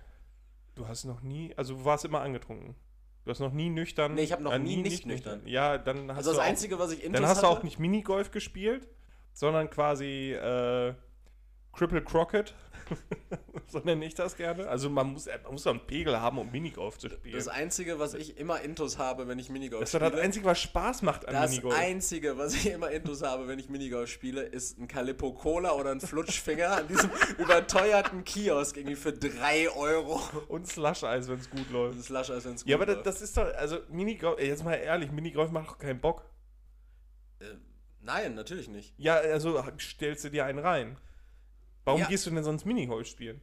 B: du hast noch nie, also du warst immer angetrunken. Du hast noch nie nüchtern.
A: Nee, ich hab noch
B: äh,
A: nie nicht nüchtern.
B: Ja, dann hast
A: Also das
B: du auch,
A: Einzige, was ich
B: dann
A: Intus
B: hast du
A: hatte-
B: auch nicht Minigolf gespielt, sondern quasi äh, Cripple Crockett. (laughs) so nenne ich das gerne. Also man muss, äh, man muss doch einen Pegel haben, um Minigolf zu spielen.
A: Das Einzige, was ich immer Intus habe, wenn ich Minigolf
B: Das ist
A: spiele.
B: doch das Einzige, was Spaß macht an
A: Das
B: Minigolf.
A: Einzige, was ich immer Intus habe, wenn ich Minigolf spiele, ist ein Calippo Cola oder ein Flutschfinger an
B: (laughs)
A: diesem überteuerten Kiosk irgendwie für 3 Euro.
B: Und Slush-Eis, wenn es gut läuft.
A: Das ist lasch, als wenn es
B: Ja, aber das, das ist doch, also Minigolf, ey, jetzt mal ehrlich, Minigolf macht doch keinen Bock.
A: Nein, natürlich nicht.
B: Ja, also stellst du dir einen rein. Warum
A: Ja.
B: gehst du denn sonst Minigolf spielen?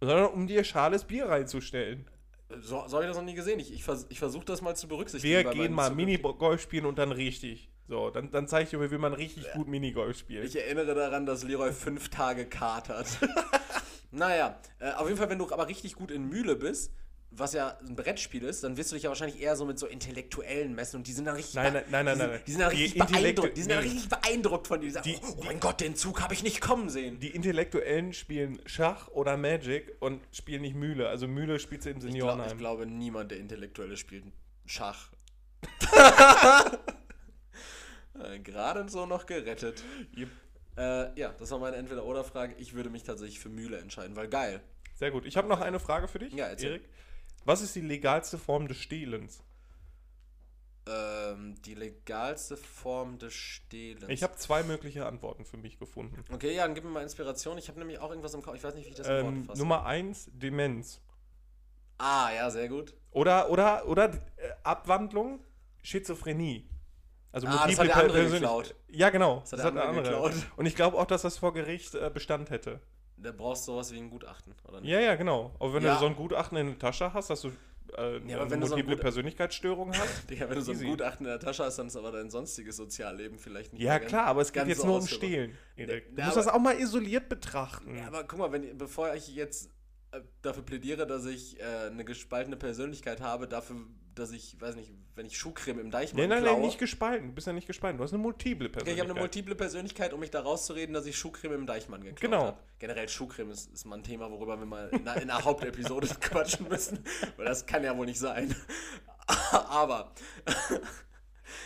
B: Sondern um dir schales Bier reinzustellen.
A: So, so habe ich das noch nie gesehen. Ich, ich, vers ich versuche das mal zu berücksichtigen.
B: Wir
A: bei
B: gehen
A: meinen
B: mal
A: zukünftigen-
B: Minigolf spielen und dann richtig. So, dann, dann zeig ich dir, mal, wie man richtig gut Minigolf spielt.
A: Ich erinnere daran, dass Leroy fünf Tage katert. (laughs) naja, äh, auf jeden Fall, wenn du aber richtig gut in Mühle bist, was ja ein Brettspiel ist, dann wirst du dich ja wahrscheinlich eher so mit so intellektuellen messen und die sind dann richtig
B: Nein,
A: bee-
B: nein, nein,
A: die
B: nein,
A: sind,
B: nein.
A: Die sind dann
B: Die
A: richtig
B: Intellektu-
A: beeindruckt, die sind dann
B: nee.
A: richtig beeindruckt von dir, die sagen,
B: Die-
A: oh, oh mein Gott, den Zug habe ich nicht kommen sehen.
B: Die Intellektuellen spielen Schach oder Magic und spielen nicht Mühle. Also Mühle spielt sie im
A: ich, glaub, ich
B: Seniorenheim. (laughs)
A: glaube, niemand, der Intellektuelle spielt Schach. Äh, Gerade so noch gerettet.
B: Jupp.
A: Äh, ja, das war meine Entweder-Oder-Frage. Ich würde mich tatsächlich für Mühle entscheiden, weil geil.
B: Sehr gut. Ich habe noch eine Frage für dich,
A: Ja, erzähl.
B: Erik. Was ist die legalste Form des Stehlens?
A: Ähm, die legalste Form des Stehlens.
B: Ich habe zwei mögliche Antworten für mich gefunden.
A: okay, ja, dann gib mir mal Inspiration. Ich habe nämlich auch irgendwas im Kopf. Ich weiß nicht, wie ich das in
B: Ähm,
A: Worte fasse.
B: Nummer eins, Demenz.
A: ah, ja, sehr gut.
B: Oder, oder, oder äh, Abwandlung, Schizophrenie. Also
A: Ah, das hat
B: multiple
A: der andere
B: Persönlich-
A: geklaut.
B: Ja, genau.
A: Das hat der andere geklaut.
B: Und ich glaube auch, dass das vor Gericht äh, Bestand hätte.
A: Da brauchst du sowas wie ein Gutachten, oder nicht?
B: Ja, ja, genau. Aber wenn
A: Ja.
B: du so ein Gutachten in der Tasche hast, dass du äh,
A: Ja, aber
B: eine
A: wenn du so ein
B: multiple
A: Gut-
B: Persönlichkeitsstörung hast.
A: (laughs) Digga, wenn du so ein
B: Easy.
A: Gutachten in der Tasche hast, dann ist aber dein sonstiges Sozialleben vielleicht nicht
B: ja,
A: mehr ganz-
B: klar, aber es geht
A: ganz
B: jetzt
A: so
B: nur um
A: ausgebaut.
B: Stehlen. Erik. Du
A: Ja,
B: musst
A: aber-
B: das auch mal isoliert betrachten.
A: Ja, aber guck mal, wenn, ihr- bevor ich jetzt äh, dafür plädiere, dass ich äh, eine gespaltene Persönlichkeit habe, dafür, dass ich, weiß nicht, wenn ich Schuhcreme im Deich
B: nein, nein, nein, nicht gespalten. Du bist ja nicht gespalten. Du hast eine
A: Okay,
B: multiple
A: ich
B: Persönlichkeit.
A: habe eine multiple Persönlichkeit, um mich da rauszureden, dass ich Schuhcreme im Deichmann geklaut
B: Genau.
A: habe. Generell Schuhcreme ist, ist mal ein Thema, worüber wir mal in einer, in einer Hauptepisode (laughs) quatschen müssen, weil das kann ja wohl nicht sein. (laughs) Aber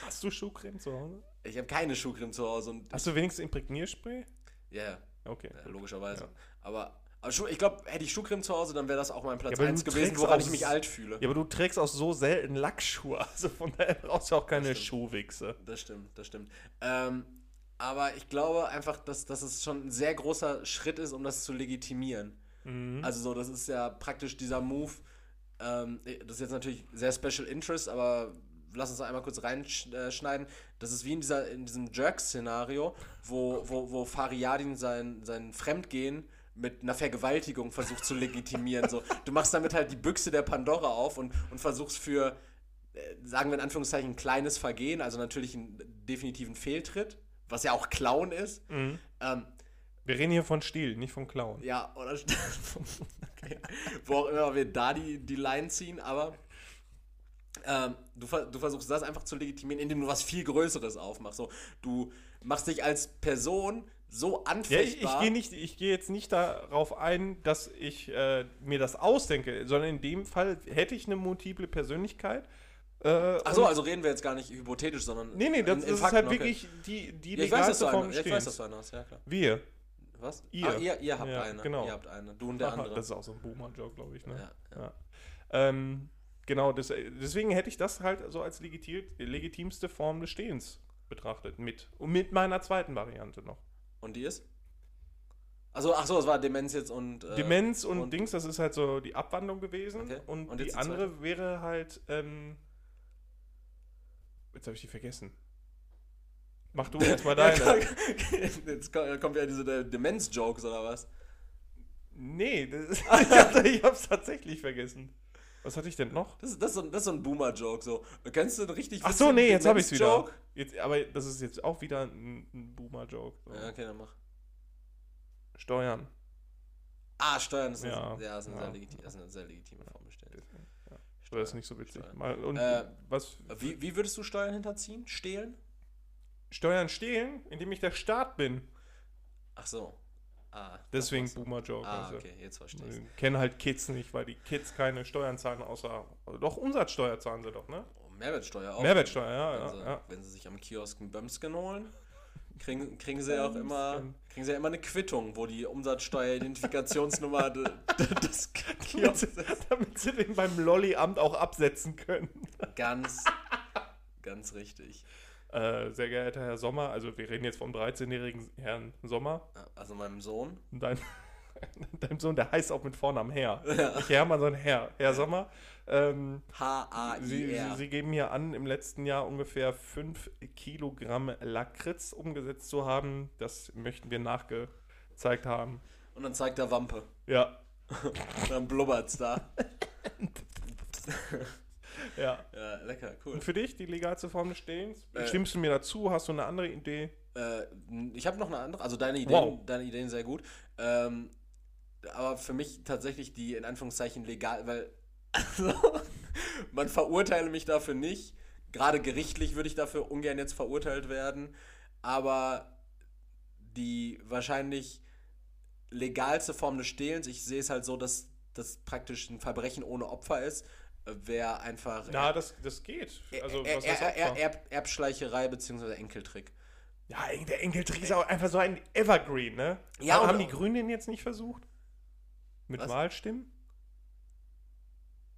B: hast du Schuhcreme zu Hause?
A: ich habe keine Schuhcreme zu Hause und
B: Hast du wenigstens Imprägnierspray?
A: ja, ja,
B: Okay.
A: ja, logischerweise.
B: Ja.
A: Aber, aber Schuh, ich glaube, hätte ich Schuhcreme zu Hause, dann wäre das auch mein Platz
B: aber du
A: 1 gewesen,
B: trägst
A: woran
B: auch
A: ich mich
B: s-
A: alt fühle.
B: Ja, aber du trägst auch so selten Lackschuhe, (laughs) also von daher brauchst du auch keine
A: Das stimmt.
B: Schuhwichse.
A: Das stimmt, das stimmt. Ähm, aber ich glaube einfach, dass, dass es schon ein sehr großer Schritt ist, um das zu legitimieren. Also so, das ist ja praktisch dieser Move. Ähm, das ist jetzt natürlich sehr Special Interest, aber lass uns da einmal kurz reinschneiden. Das ist wie in, dieser, in diesem Jerk-Szenario, wo, wo, wo Fariadin sein, sein Fremdgehen mit einer Vergewaltigung versucht zu legitimieren. so. Du machst damit halt die Büchse der Pandora auf und, und versuchst für, sagen wir in Anführungszeichen, ein kleines Vergehen, also natürlich einen definitiven Fehltritt, was ja auch Clown ist.
B: Mhm.
A: Ähm,
B: Wir reden hier von Stil, nicht von Clown.
A: ja, oder (laughs) okay. wo auch immer wir da die, die Line ziehen, aber ähm, du, ver- du versuchst das einfach zu legitimieren, indem du was viel Größeres aufmachst. So, du machst dich als Person so
B: Ja, ich, ich
A: anfechtbar.
B: gehe nicht- ich gehe jetzt nicht darauf ein, dass ich äh, mir das ausdenke, sondern in dem Fall hätte ich eine multiple Persönlichkeit. Äh,
A: Achso,
B: und-
A: also reden wir jetzt gar nicht hypothetisch, sondern.
B: nee, nee, das,
A: in- in
B: das ist
A: Fakten,
B: halt
A: okay.
B: wirklich die, die
A: Ja, ich weiß, dass du
B: legalste
A: einen,
B: Form
A: ja, ich weiß, dass
B: stehens.
A: du einen hast, ja klar.
B: Wir.
A: Was?
B: Ihr.
A: Ah, ihr, ihr habt
B: Ja,
A: eine.
B: genau.
A: Ihr habt eine. Du und der andere.
B: Das ist auch so ein Boomer-Joke, glaube ich. Ne?
A: ja, ja.
B: Ja. Ähm, genau, das, deswegen hätte ich das halt so als legiti- legitimste Form des Stehens betrachtet. Mit, und mit meiner zweiten Variante noch.
A: Und die ist? Also, ach so, es war Demenz jetzt und. äh,
B: Demenz und,
A: und-
B: Dings, das ist halt so die Abwandlung gewesen.
A: Okay.
B: Und,
A: Und
B: die
A: jetzt die
B: andere wäre halt. Ähm, jetzt habe ich die vergessen. Mach du jetzt (laughs)
A: (laughs)
B: mal deine.
A: Jetzt ko- kommt ja diese De- Demenz-Jokes oder was?
B: (laughs) nee, das, Ah, ich hab- ich hab's tatsächlich vergessen. Was hatte ich denn noch?
A: Das, ist- das, ist so, ein- das ist so ein Boomer-Joke. So. Kennst du einen richtig
B: Ach so,
A: witzigen
B: nee, jetzt habe ich's wieder.
A: Demenz-Joke?
B: Jetzt, aber das ist jetzt auch wieder ein, ein Boomer-Joke. So.
A: Ja, okay, dann mach.
B: Steuern.
A: Ah, Steuern ist, ein,
B: Ja,
A: ja, ist, eine,
B: ja.
A: Sehr legitime, ist eine sehr legitime Form bestellen.
B: Oder ist nicht so witzig.
A: Steuern.
B: Mal, und
A: Äh,
B: was?
A: Wie, wie würdest du Steuern hinterziehen? Stehlen?
B: Steuern stehlen, indem ich der Staat bin.
A: Ach so. Ah, das
B: Deswegen
A: war's.
B: Boomer-Joke.
A: Ah,
B: also.
A: okay, jetzt verstehe ich.
B: Kennen halt Kids nicht, weil die Kids keine Steuern zahlen, außer. Doch, Umsatzsteuer zahlen sie doch, ne?
A: Oh, Mehrwertsteuer auch.
B: Mehrwertsteuer, ja,
A: Wenn,
B: ja,
A: sie,
B: ja.
A: wenn sie sich am Kiosk ein Bömsken holen, kriegen, kriegen sie ja auch immer, kriegen sie ja immer eine Quittung, wo die Umsatzsteuer-Identifikationsnummer (laughs) de- de- des
B: Damit
A: Kiosks
B: sie,
A: (laughs)
B: (laughs) damit sie den beim Lolli-Amt auch absetzen können.
A: Ganz, ganz richtig.
B: Äh, sehr geehrter Herr Sommer, also wir reden jetzt vom 13-jährigen Herrn Sommer.
A: Also meinem Sohn.
B: Und Dein, (laughs) dein Sohn, der heißt auch mit Vornamen Herr. Ich hermann sein Herr. Herr Sommer. Ähm, Sie, Sie,
A: H-A-I-R.
B: Sie geben hier an, im letzten Jahr ungefähr 5 Kilogramm Lakritz umgesetzt zu haben. Das möchten wir nachgezeigt haben.
A: Und dann zeigt er Wampe.
B: Ja,
A: Und dann blubbert's da.
B: ja.
A: Ja, lecker, cool.
B: Und für dich die legalste Form des Stehens?
A: Äh.
B: Stimmst du mir dazu? Hast du eine andere Idee?
A: Äh, ich habe noch eine andere, also deine Ideen,
B: Wow.
A: deine Ideen sehr gut. Ähm, aber für mich tatsächlich die in Anführungszeichen legal, weil (laughs) also, man verurteile mich dafür nicht. Gerade gerichtlich würde ich dafür ungern jetzt verurteilt werden. Aber die wahrscheinlich legalste Form des Stehlens, ich sehe es halt so, dass das praktisch ein Verbrechen ohne Opfer ist, äh, wäre einfach
B: Na, das, das geht.
A: Er-
B: Also,
A: er,
B: was
A: er,
B: heißt
A: er, er,
B: Opfer?
A: Erb, Erbschleicherei bzw. Enkeltrick.
B: Ja, der Enkeltrick ist auch einfach so ein Evergreen, ne?
A: Ja,
B: Haben-
A: und-
B: haben die Grünen den jetzt nicht versucht? Mit
A: Was?
B: Wahlstimmen?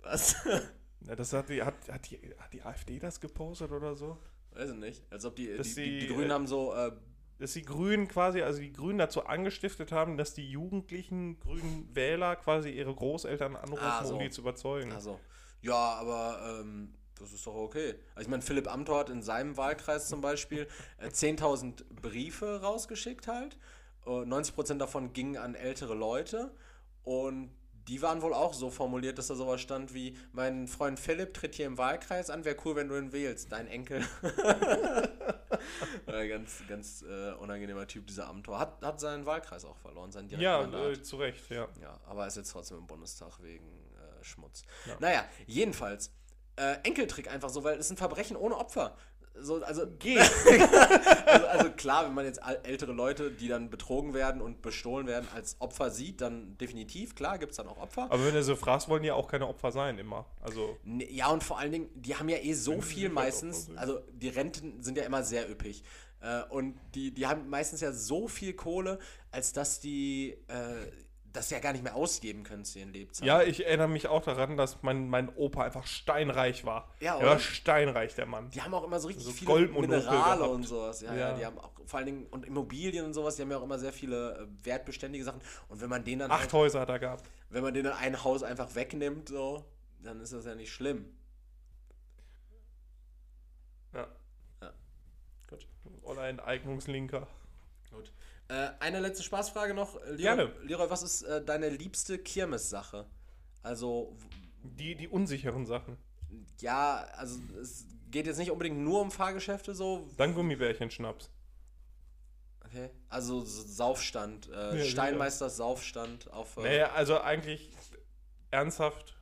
A: Was? (laughs)
B: Na, das hat die, hat, hat, die, hat die AfD das gepostet oder so?
A: Weiß ich nicht. Als ob die, die,
B: Dass
A: die, die
B: sie,
A: Grünen
B: äh,
A: haben so, äh,
B: Dass die Grünen quasi, also die Grünen dazu angestiftet haben, dass die jugendlichen grünen Wähler quasi ihre Großeltern anrufen,
A: Ah, so.
B: um die zu überzeugen.
A: also, ja, aber ähm, das ist doch okay. Also ich meine, Philipp Amthor hat in seinem Wahlkreis zum Beispiel äh, 10.000 Briefe rausgeschickt halt. Äh, 90% davon gingen an ältere Leute und die waren wohl auch so formuliert, dass da sowas stand wie, mein Freund Philipp tritt hier im Wahlkreis an, wäre cool, wenn du ihn wählst, dein
B: (laughs)
A: Enkel. Äh, ganz ganz äh, unangenehmer Typ, dieser Amthor. Hat, hat seinen Wahlkreis auch verloren, sein
B: ja,
A: Direktmandat.
B: äh, zu Recht, ja.
A: Ja, aber er ist jetzt trotzdem im Bundestag wegen äh, Schmutz.
B: Ja.
A: Naja, jedenfalls. Äh, Enkeltrick einfach so, weil es ist ein Verbrechen ohne Opfer. So, also,
B: Geht.
A: (laughs) also, also klar, wenn man jetzt al- ältere Leute, die dann betrogen werden und bestohlen werden, als Opfer sieht, dann definitiv, klar, gibt es dann auch Opfer.
B: Aber wenn du so fragst, wollen die ja auch keine Opfer sein, immer. Also,
A: N- Ne, Ja, und vor allen Dingen, die haben ja eh so
B: Wenn sie
A: viel
B: nicht als
A: meistens,
B: Opfer sind.
A: also die Renten sind ja immer sehr üppig. Äh, und die, die haben meistens ja so viel Kohle, als dass die äh, das ja gar nicht mehr ausgeben können zu ihren Lebzeiten.
B: ja, ich erinnere mich auch daran, dass mein, mein Opa einfach steinreich war.
A: Ja,
B: er war
A: oder?
B: steinreich, der Mann.
A: Die haben auch immer so richtig
B: So
A: viele
B: Goldmonokel
A: Minerale
B: gehabt.
A: und sowas. Ja, ja.
B: Ja.
A: die haben auch vor allen Dingen und Immobilien und sowas, die haben ja auch immer sehr viele äh, wertbeständige Sachen. Und wenn man denen dann,
B: Acht Häuser hat er gehabt.
A: wenn man denen dann ein Haus einfach wegnimmt, so, dann ist das ja nicht schlimm.
B: Ja.
A: Ja. Gut.
B: Oder Enteignungslinker.
A: Gut. Äh, eine letzte Spaßfrage noch. äh, Leroy,
B: Gerne.
A: Leroy, was ist äh, deine liebste Kirmes-Sache? Also, w-
B: Die, die unsicheren Sachen.
A: ja, also es geht jetzt nicht unbedingt nur um Fahrgeschäfte so.
B: Dann Gummibärchen-Schnaps.
A: Okay. Also so Saufstand, äh,
B: Ja,
A: Steinmeisters Saufstand auf. Äh,
B: Naja, also eigentlich ernsthaft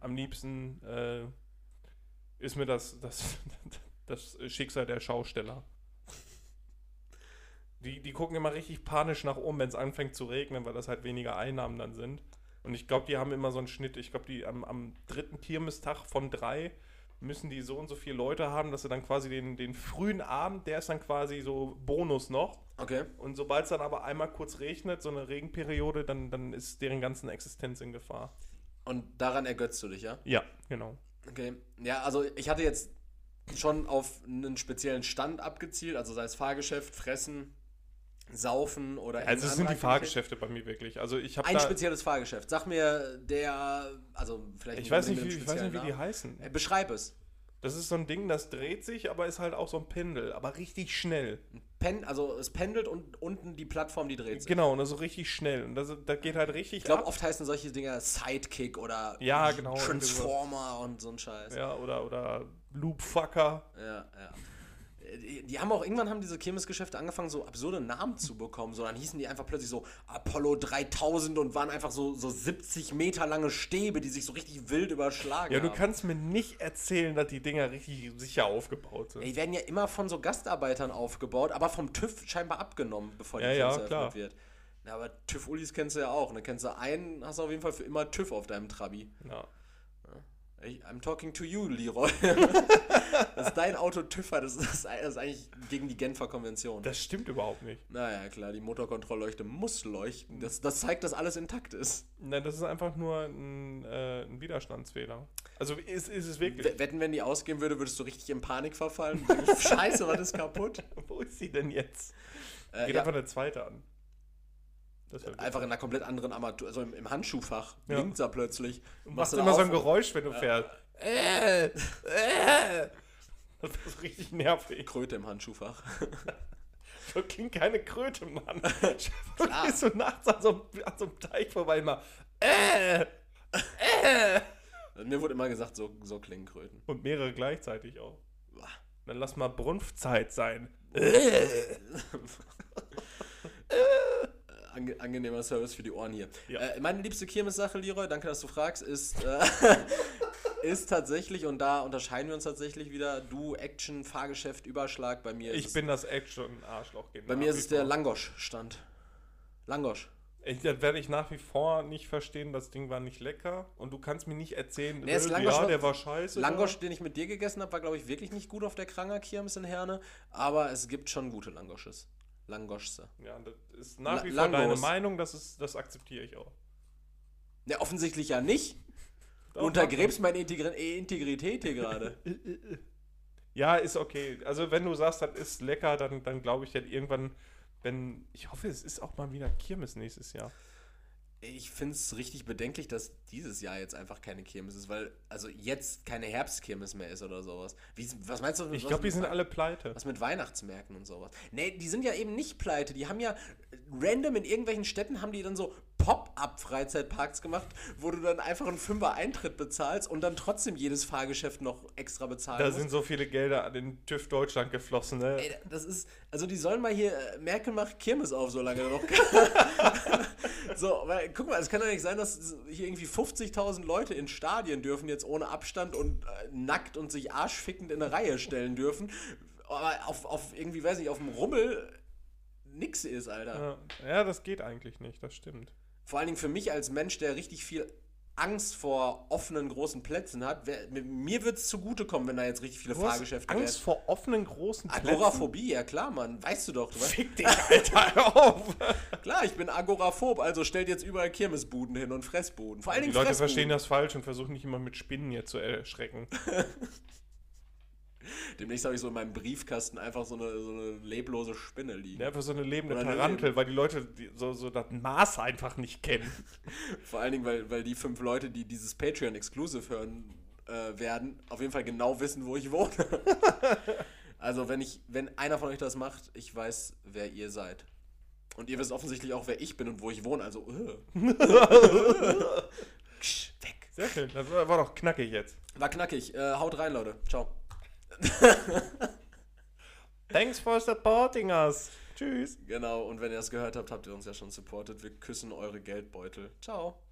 B: am liebsten äh, ist mir das, das, (laughs) das Schicksal der Schausteller. Die, die gucken immer richtig panisch nach oben, wenn es anfängt zu regnen, weil das halt weniger Einnahmen dann sind. Und ich glaube, die haben immer so einen Schnitt. Ich glaube, die am, am dritten Kirmestag von drei müssen die so und so viele Leute haben, dass sie dann quasi den, den frühen Abend, der ist dann quasi so Bonus noch.
A: Okay.
B: Und sobald es dann aber einmal kurz regnet, so eine Regenperiode, dann, dann ist deren ganzen Existenz in Gefahr.
A: Und daran ergötzt du dich, ja?
B: Ja, genau.
A: Okay. Ja, also ich hatte jetzt schon auf einen speziellen Stand abgezielt, also sei es Fahrgeschäft, Fressen, Saufen oder
B: Also es sind die
A: andere Aktivitäten.
B: Fahrgeschäfte bei mir wirklich. Also ich habe
A: Ein
B: da,
A: spezielles Fahrgeschäft. Sag mir der, also vielleicht
B: ich weiß nicht,
A: unbedingt
B: wie,
A: mit einem
B: ich weiß nicht, wie die
A: speziellen
B: heißen.
A: Namen. Äh, Beschreib es.
B: Das ist so ein Ding, das dreht sich, aber ist halt auch so ein Pendel, aber richtig schnell.
A: Pen, also es pendelt und unten die Plattform, die dreht sich.
B: Genau, und das ist richtig schnell. Und das, das geht halt richtig
A: Ich glaube,
B: ab.
A: oft heißen solche Dinger Sidekick oder
B: Ja, genau, irgendwie
A: Transformer und so ein Scheiß.
B: Ja, oder, oder Loopfucker.
A: Ja, ja. Die, die haben auch irgendwann haben diese Kirmesgeschäfte angefangen, so absurde Namen zu bekommen. So, dann hießen die einfach plötzlich so Apollo 3000 und waren einfach so, so 70 Meter lange Stäbe, die sich so richtig wild überschlagen.
B: Ja, du
A: haben.
B: kannst mir nicht erzählen, dass die Dinger richtig sicher aufgebaut sind.
A: Die werden ja immer von so Gastarbeitern aufgebaut, aber vom TÜV scheinbar abgenommen, bevor die
B: Ja, ja,
A: Kirmes eröffnet
B: klar.
A: wird. Ja, aber TÜV-Ulis kennst du ja auch. Ne? Kennst du einen, hast du auf jeden Fall für immer TÜV auf deinem Trabi.
B: Ja.
A: Ich, I'm talking to you, Leroy. (laughs) dass dein Auto TÜV hat, das ist, das ist eigentlich gegen die Genfer Konvention.
B: Das stimmt überhaupt nicht.
A: Naja, klar, die Motorkontrollleuchte muss leuchten. Das, das zeigt, dass alles intakt ist.
B: Nein, das ist einfach nur ein, äh, ein Widerstandsfehler. Also ist, ist es wirklich.
A: W- Wetten, wenn die ausgehen würde, würdest du richtig in Panik verfallen. (laughs) Scheiße, was ist kaputt?
B: (laughs) Wo ist sie denn jetzt?
A: Äh,
B: Geht
A: ja, Äh,
B: einfach eine zweite an. Das wär
A: einfach in einer komplett anderen Armatur, also im, im Handschuhfach.
B: Ja.
A: Blinkt da plötzlich.
B: du machst immer so ein Geräusch, wenn du fährst. Äh, äh. Das ist richtig nervig.
A: Kröte im Handschuhfach.
B: Da klingt keine
A: (laughs)
B: Kröte, Mann.
A: Klar.
B: Du gehst so nachts an so, einem- an so einem Teich vorbei immer. Äh, äh.
A: Also Mir wurde immer gesagt, so, so klingen Kröten.
B: Und mehrere gleichzeitig auch.
A: Boah.
B: Dann lass mal Brunftzeit sein. Äh.
A: Ange angenehmer Service für die Ohren hier.
B: Ja.
A: Äh, meine liebste Kirmes-Sache, Leroy, danke, dass du fragst, ist,
B: (laughs)
A: äh, ist tatsächlich, und da unterscheiden wir uns tatsächlich wieder, du Action, Fahrgeschäft, Überschlag, bei mir ist
B: Ich
A: es
B: bin das Action-Arschloch.
A: Bei mir ist es der Langosch-Stand. Langosch.
B: Ich, das werde ich nach wie vor nicht verstehen, das Ding war nicht lecker. Und du kannst mir nicht erzählen,
A: Nee, es
B: äh,
A: Langosch
B: ja,
A: war-
B: der war scheiße.
A: Langosch, den ich mit dir gegessen habe, war, glaube ich, wirklich nicht gut auf der Kranger Kirmes in Herne, aber es gibt schon gute Langosches. Langoschse.
B: Ja, das ist nach
A: La-
B: wie vor deine
A: Langos.
B: Meinung, das, ist, das akzeptiere ich auch.
A: Ne, offensichtlich ja nicht. Du untergräbst meine Integri eh, Integrität hier
B: (laughs)
A: gerade.
B: Ja, ist okay. Also wenn du sagst, das ist lecker, dann, dann glaube ich dann irgendwann, wenn, ich hoffe, es ist auch mal wieder Kirmes nächstes Jahr.
A: Ich finde es richtig bedenklich, dass dieses Jahr jetzt einfach keine Kirmes ist, weil also jetzt keine Herbstkirmes mehr ist oder sowas. Wie, was meinst du?
B: Ich
A: was-
B: glaube, die sind alle
A: (laughs)
B: pleite.
A: Was mit Weihnachtsmärkten und sowas. Nee, die sind ja eben nicht pleite. Die haben ja äh, random in irgendwelchen Städten haben die dann so Pop-up-Freizeitparks gemacht, wo du dann einfach einen Fünfer Eintritt bezahlst und dann trotzdem jedes Fahrgeschäft noch extra bezahlen
B: Da
A: musst.
B: sind so viele Gelder an den TÜV Deutschland geflossen. Ne?
A: Ey, das ist, also die sollen mal hier, äh, Merkel macht Kirmes auf, solange
B: (laughs)
A: er noch (laughs) kann. so, weil, guck mal, es kann doch nicht sein, dass hier irgendwie 50.000 Leute in Stadien dürfen, jetzt ohne Abstand und äh, nackt und sich arschfickend in eine Reihe stellen dürfen, aber auf, auf irgendwie, weiß nicht, auf dem Rummel nix ist, Alter.
B: Ja. ja, das geht eigentlich nicht, das stimmt.
A: Vor allen Dingen für mich als Mensch, der richtig viel Angst vor offenen, großen Plätzen hat, wär, mir- mir wird es zugutekommen, wenn da jetzt richtig viele
B: Du hast
A: Fahrgeschäfte
B: Angst
A: wären.
B: vor offenen großen
A: Agoraphobie, ja klar, Mann. Weißt du doch. Du weißt,
B: Fick dich, Alter, hör auf!
A: Klar, ich bin agoraphob, also stellt jetzt überall Kirmesbuden hin und Fressbuden. Vor allen
B: Die
A: Dingen
B: Leute
A: Fressbuden.
B: verstehen das falsch und versuchen nicht immer mit Spinnen hier zu erschrecken.
A: Demnächst habe ich so in meinem Briefkasten einfach so eine, so eine leblose Spinne liegen.
B: Ne, Einfach so eine lebende
A: Oder eine
B: Tarantel, weil die Leute die, so, so das Maß einfach nicht kennen.
A: Vor allen Dingen, weil, weil die fünf Leute, die dieses Patreon Exclusive hören äh, werden, auf jeden Fall genau wissen, wo ich wohne. (laughs) also, wenn ich, wenn einer von euch das macht, ich weiß, wer ihr seid. Und ihr wisst offensichtlich auch, wer ich bin und wo ich wohne. Also,
B: (laughs)
A: äh. Ksch, weg.
B: Sehr schön, das war war doch knackig jetzt.
A: War knackig. Äh, haut rein, Leute. Ciao.
B: Thanks for supporting us. Tschüss.
A: Genau, und wenn ihr das gehört habt, habt ihr uns ja schon supportet. Wir küssen eure Geldbeutel. Ciao.